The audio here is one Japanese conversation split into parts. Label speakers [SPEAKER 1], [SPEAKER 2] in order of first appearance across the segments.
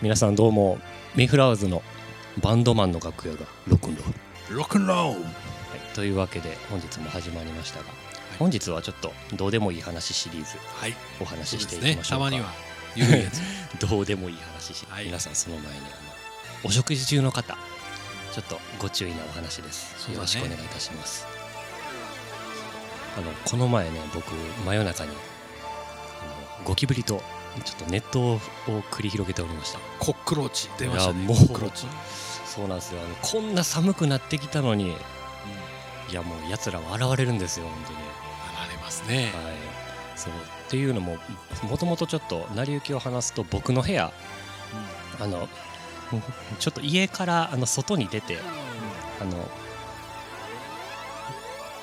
[SPEAKER 1] 皆さんどうもメイフラワーズのバンドマンの楽屋がロックンロール、
[SPEAKER 2] ロックンロー
[SPEAKER 1] は
[SPEAKER 2] ル
[SPEAKER 1] い、というわけで本日も始まりましたが本日はちょっとどうでもいい話シリーズ
[SPEAKER 2] はい
[SPEAKER 1] お話
[SPEAKER 2] そう
[SPEAKER 1] し
[SPEAKER 2] で
[SPEAKER 1] して
[SPEAKER 2] す
[SPEAKER 1] い
[SPEAKER 2] ね
[SPEAKER 1] きましょ
[SPEAKER 2] た
[SPEAKER 1] うか、
[SPEAKER 2] まにはゆるいやつ
[SPEAKER 1] どうでもいい話し、
[SPEAKER 2] はい
[SPEAKER 1] 皆さんその前にあのお食事中の方ちょっとご注意なお話です、
[SPEAKER 2] そうだね
[SPEAKER 1] よろしくお願いいたしますあのこの前ね僕真夜中にあのゴキブリとちょっと熱湯を繰り広げておりました
[SPEAKER 2] コックローチ出ました
[SPEAKER 1] い
[SPEAKER 2] ね
[SPEAKER 1] や
[SPEAKER 2] コ
[SPEAKER 1] もう
[SPEAKER 2] ックローチ、
[SPEAKER 1] そうなんですよあのこんな寒くなってきたのにいやもう奴らは現れるんですよ本当に
[SPEAKER 2] あられますね、
[SPEAKER 1] はい、そうっていうのももともとちょっと成り行きを話すと僕の部屋あのちょっと家からあの外に出てあの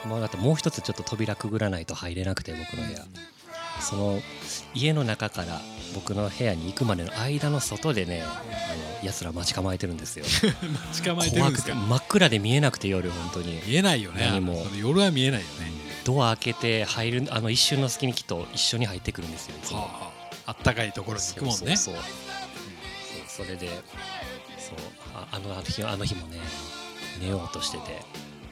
[SPEAKER 1] まあ、だってもう一つちょっと扉くぐらないと入れなくて僕の部屋その家の中から僕の部屋に行くまでの間の外でねあの奴ら待ち構えてるん ですよ
[SPEAKER 2] 捕まえてるん
[SPEAKER 1] 怖
[SPEAKER 2] で
[SPEAKER 1] く
[SPEAKER 2] す
[SPEAKER 1] て
[SPEAKER 2] か
[SPEAKER 1] 真っ暗で見えなくて夜本当に
[SPEAKER 2] 見えないよね
[SPEAKER 1] 何も
[SPEAKER 2] その夜は見えないよね、
[SPEAKER 1] ドア開けて入るあの一瞬の隙にきっと一緒に入ってくるんですよいつも
[SPEAKER 2] はああったかいところに行くもんね
[SPEAKER 1] そうそうそうそうそれでそうああのあの日あの日もね寝ようとしてて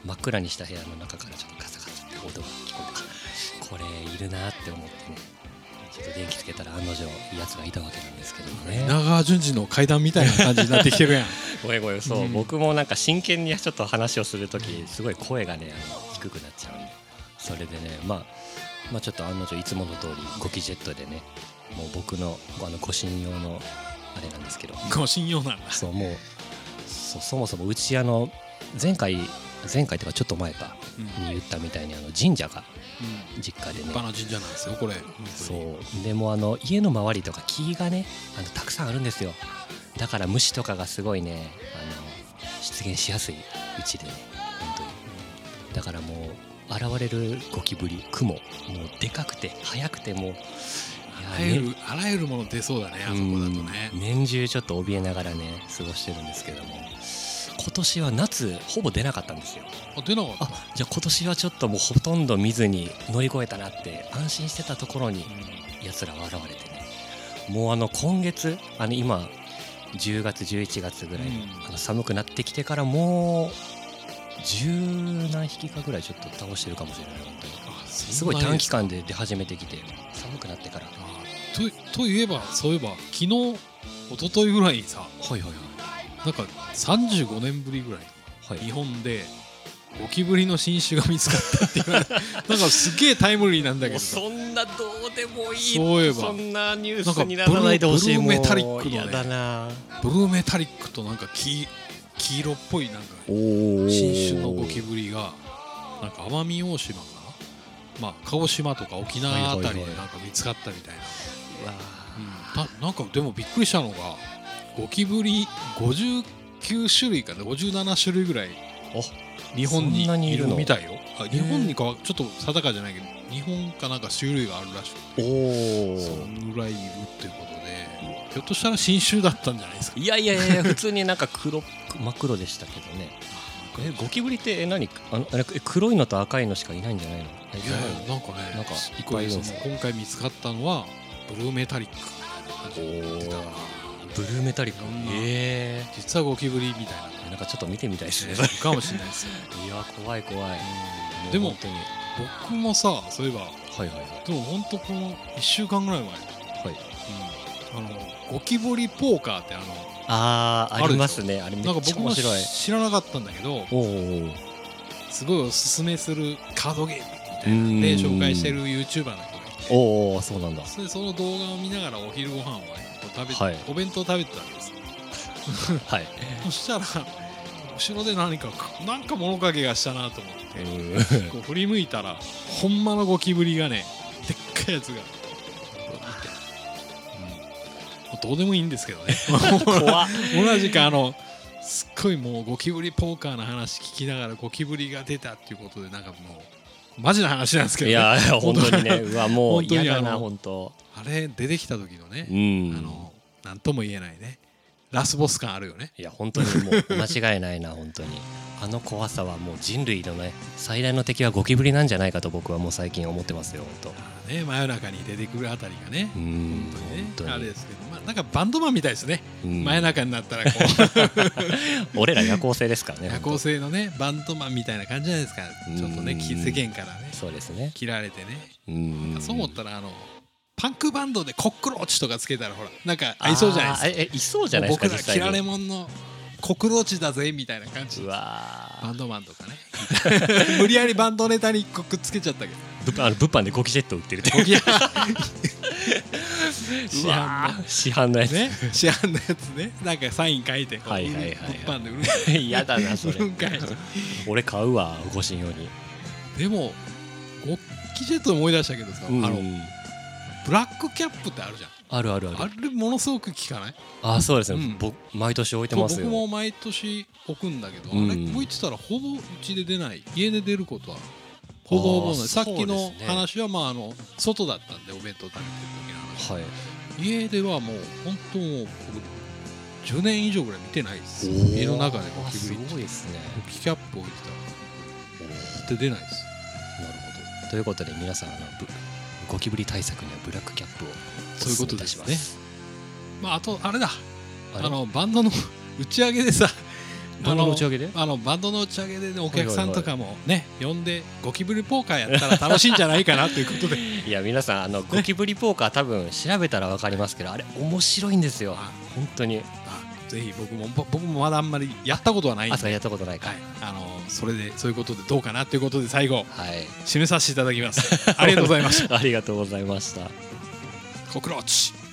[SPEAKER 1] 真っ暗にした部屋の中からちょっとカサカサって音が聞こえたこれいるなって思ってねちょっと電気つけたら案の定いいやつがいたわけなんですけどもね
[SPEAKER 2] 長川淳二の階段みたいな感じになってき てるやん
[SPEAKER 1] ごめんごめんそう、
[SPEAKER 2] うん
[SPEAKER 1] 僕もなんか真剣にちょっと話をする時すごい声がねあの低くなっちゃうんでそれでねまあまあちょっと案の定いつもの通りゴキジェットでねもう僕のあの護身用のあれなんですけど
[SPEAKER 2] ご信用なんだ
[SPEAKER 1] そうもうそそもそもうちあの前回前回とかちょっと前か
[SPEAKER 2] うんうん
[SPEAKER 1] に言ったみたいにあの神社が実家で
[SPEAKER 2] 立
[SPEAKER 1] ね
[SPEAKER 2] 派な神社なんですよこれ
[SPEAKER 1] そうでもうあの家の周りとか木がねあのたくさんあるんですよだから虫とかがすごいねあの出現しやすいうちでね本当にだからもう現れるゴキブリクモもうでかくて速くてもういや
[SPEAKER 2] あらゆるあらゆるもの出そうだねあそこだとね
[SPEAKER 1] うん年中ちょっと怯えながらね過ごしてるんですけども今年は夏ほぼ出なかったんですよ
[SPEAKER 2] あ出なかった
[SPEAKER 1] あじゃあ今年はちょっともうほとんど見ずに乗り越えたなって安心してたところに奴らが現れてねもうあの今月あの今10月11月ぐらい、
[SPEAKER 2] うん
[SPEAKER 1] あの寒くなってきてからもう十何匹かぐらいちょっと倒してるかもしれない本当に
[SPEAKER 2] あ
[SPEAKER 1] すごい短期間で出始めてきて寒くなってからは
[SPEAKER 2] あとといえばそういえば昨日一昨日ぐらいにさ
[SPEAKER 1] いはいはい
[SPEAKER 2] なんか35年ぶりぐらい
[SPEAKER 1] はい
[SPEAKER 2] 日本でゴキブリの新種が見つかったっ ていうなんかすげえタイムリーなんだけ
[SPEAKER 1] もう
[SPEAKER 2] ど
[SPEAKER 1] そんなどうでもいい
[SPEAKER 2] そういえば
[SPEAKER 1] そんなニュース
[SPEAKER 2] なんか
[SPEAKER 1] にならないでほしい
[SPEAKER 2] ブルー
[SPEAKER 1] もう
[SPEAKER 2] ブルーメタリックのね
[SPEAKER 1] 嫌だな
[SPEAKER 2] ブルーメタリックとなんか黄黄色っぽいなんか新種のゴキブリがなんか奄美大島かな、まあ、鹿児島とか沖縄あたりでなんか見つかったみたいな、
[SPEAKER 1] わ
[SPEAKER 2] うんななんかでもびっくりしたのがゴキブリ59種類かな57種類ぐらい日本
[SPEAKER 1] そんなに
[SPEAKER 2] に
[SPEAKER 1] い
[SPEAKER 2] い
[SPEAKER 1] る
[SPEAKER 2] る
[SPEAKER 1] の
[SPEAKER 2] みたいよあ
[SPEAKER 1] ー
[SPEAKER 2] 日本にかはちょっと定かじゃないけど日本かなんか種類があるらし
[SPEAKER 1] お
[SPEAKER 2] く
[SPEAKER 1] お
[SPEAKER 2] てそんぐらいいるっていうことでひょっとしたら新種だったんじゃないですか
[SPEAKER 1] いやいやいや普通になんか黒真っ黒でしたけどねえゴキブリってえ何あのあれえ黒いのと赤いのしかいないんじゃないのえ
[SPEAKER 2] いやいやなんかね
[SPEAKER 1] なんか
[SPEAKER 2] す
[SPEAKER 1] いっ
[SPEAKER 2] ご
[SPEAKER 1] ぱいい
[SPEAKER 2] い
[SPEAKER 1] るん
[SPEAKER 2] その
[SPEAKER 1] ですか
[SPEAKER 2] 今回見つかったのはブルーメタリック
[SPEAKER 1] おーブルーメタリック
[SPEAKER 2] いろんな
[SPEAKER 1] え
[SPEAKER 2] 実はゴキブリみたいな
[SPEAKER 1] えなんかちょっと見てみたいですね
[SPEAKER 2] かもしれないですよ
[SPEAKER 1] いや怖い怖い
[SPEAKER 2] でも
[SPEAKER 1] う本当に
[SPEAKER 2] 僕もさそういえば
[SPEAKER 1] はいはいは
[SPEAKER 2] でも本当この1週間ぐらい前、
[SPEAKER 1] いはい
[SPEAKER 2] あのゴキブリポーカーってあの
[SPEAKER 1] ああ
[SPEAKER 2] あるでしょ
[SPEAKER 1] ありますねあれめっ
[SPEAKER 2] なんか
[SPEAKER 1] ちゃ
[SPEAKER 2] 僕
[SPEAKER 1] 面
[SPEAKER 2] も
[SPEAKER 1] 白い
[SPEAKER 2] 知らなかったんだけど
[SPEAKER 1] おおー
[SPEAKER 2] すごいおすすめするカードゲーム
[SPEAKER 1] うーん
[SPEAKER 2] みたいなで紹介してる YouTuber の人がいて
[SPEAKER 1] おおそうなんだ
[SPEAKER 2] それでその動画を見ながらお昼ご飯をねこう食べて、
[SPEAKER 1] はい
[SPEAKER 2] お弁当を食べてたんですよ
[SPEAKER 1] はい
[SPEAKER 2] そしたら後ろで何かなんか物陰がしたなと思って、こう振り向いたらほんまのゴキブリがねでっかいやつが、うんどうでもいいんですけ どね
[SPEAKER 1] 怖っ
[SPEAKER 2] 同じくあのすっごいもうゴキブリポーカーの話聞きながらゴキブリが出たっていうことでなんかもうマジな話なんですけど、
[SPEAKER 1] い
[SPEAKER 2] ね、
[SPEAKER 1] や
[SPEAKER 2] あ
[SPEAKER 1] 本当にねうわもう
[SPEAKER 2] 本当に
[SPEAKER 1] 嫌だ
[SPEAKER 2] あ
[SPEAKER 1] な
[SPEAKER 2] の
[SPEAKER 1] 本当
[SPEAKER 2] れ出てきた時のね
[SPEAKER 1] う、
[SPEAKER 2] あ
[SPEAKER 1] ん
[SPEAKER 2] のなんとも言えないねラスボス感あるよね
[SPEAKER 1] いや本当にもう間違いないな本当にあの怖さはもう人類のね最大の敵はゴキブリなんじゃないかと僕はもう最近思ってますよ本
[SPEAKER 2] あーね真夜中に出てくるあたりがね、
[SPEAKER 1] 当うん
[SPEAKER 2] 本当にねあれですけど、まあ、なんかバンドマンみたいですね、
[SPEAKER 1] うん
[SPEAKER 2] 真夜中になったら こう
[SPEAKER 1] 俺ら夜行性ですからね
[SPEAKER 2] 夜行性のねバンドマンみたいな感じじゃないですかちょっと
[SPEAKER 1] う
[SPEAKER 2] ね
[SPEAKER 1] ん
[SPEAKER 2] き世間からね
[SPEAKER 1] そうですね
[SPEAKER 2] 切られてね
[SPEAKER 1] うん
[SPEAKER 2] そう思ったらあのパンクバンドでコックローチとかつけたらほらなんか合いそうじゃないですか
[SPEAKER 1] あーええいそうじゃないですか
[SPEAKER 2] もう僕ら切られ者のコクロチだぜみたいな感じ
[SPEAKER 1] う
[SPEAKER 2] バ
[SPEAKER 1] わ
[SPEAKER 2] ンドマンとかね 無理やりバンドネタにくっつけちゃったけ ど
[SPEAKER 1] ーぶあの物販でゴキジェット売ってるって
[SPEAKER 2] いや 市
[SPEAKER 1] うわ
[SPEAKER 2] 販
[SPEAKER 1] ー市販のや
[SPEAKER 2] のね市販のやつねなんかサイン書いてこう
[SPEAKER 1] はいはいはいはい
[SPEAKER 2] 物販で売るんか
[SPEAKER 1] つ嫌だなそ
[SPEAKER 2] 売
[SPEAKER 1] れ
[SPEAKER 2] るんかい
[SPEAKER 1] 俺買うわご神用に
[SPEAKER 2] でもゴッキジェット思い出したけどさ、あの
[SPEAKER 1] うん
[SPEAKER 2] ブラックキャップってあるじゃん
[SPEAKER 1] あるあるある
[SPEAKER 2] あれものすごく効かない
[SPEAKER 1] ああそうですね、
[SPEAKER 2] うん
[SPEAKER 1] 僕毎年置いて
[SPEAKER 2] こう
[SPEAKER 1] ます
[SPEAKER 2] 僕
[SPEAKER 1] よ
[SPEAKER 2] も毎年置くんだけど、
[SPEAKER 1] うん
[SPEAKER 2] あれ置いてたらほぼうちで出ない家で出ることはほぼほぼ
[SPEAKER 1] あ
[SPEAKER 2] な
[SPEAKER 1] ー
[SPEAKER 2] いさっき
[SPEAKER 1] そう
[SPEAKER 2] の
[SPEAKER 1] ですね
[SPEAKER 2] 話はまああの外だったんでお弁当食べてる時の話
[SPEAKER 1] はい
[SPEAKER 2] 家ではもう本当もう僕10年以上ぐらい見てないです家の中でゴキブリ
[SPEAKER 1] あーすごいですね
[SPEAKER 2] ゴキキャップ置いてたら絶対出ないです
[SPEAKER 1] なるほどということで皆さんあのぶゴキブリ対策にはブラックキャップを
[SPEAKER 2] そういうことです
[SPEAKER 1] お
[SPEAKER 2] ね
[SPEAKER 1] 勧めいたし
[SPEAKER 2] まああとあれだ
[SPEAKER 1] ます
[SPEAKER 2] あ
[SPEAKER 1] あの
[SPEAKER 2] のバンドの 打ち上げでさ
[SPEAKER 1] バンドの打ち上げで
[SPEAKER 2] あのバンドの打ち上げでねお客さんとかもね呼んでゴキブリポーカーやったら楽しいんじゃないかなということで
[SPEAKER 1] いや皆さんあのゴキブリポーカー多分調べたら分かりますけどあれ面白いんですよ
[SPEAKER 2] あ
[SPEAKER 1] 本当に
[SPEAKER 2] あぜひ僕もぼ僕もまだあんまりやったことはないんで、
[SPEAKER 1] 朝
[SPEAKER 2] はい、
[SPEAKER 1] やったことないから
[SPEAKER 2] あのそれでそういうことでどうかなということで最後
[SPEAKER 1] はい
[SPEAKER 2] 締めさせていただきますありがとうございました
[SPEAKER 1] たありがとうございました
[SPEAKER 2] コクローチ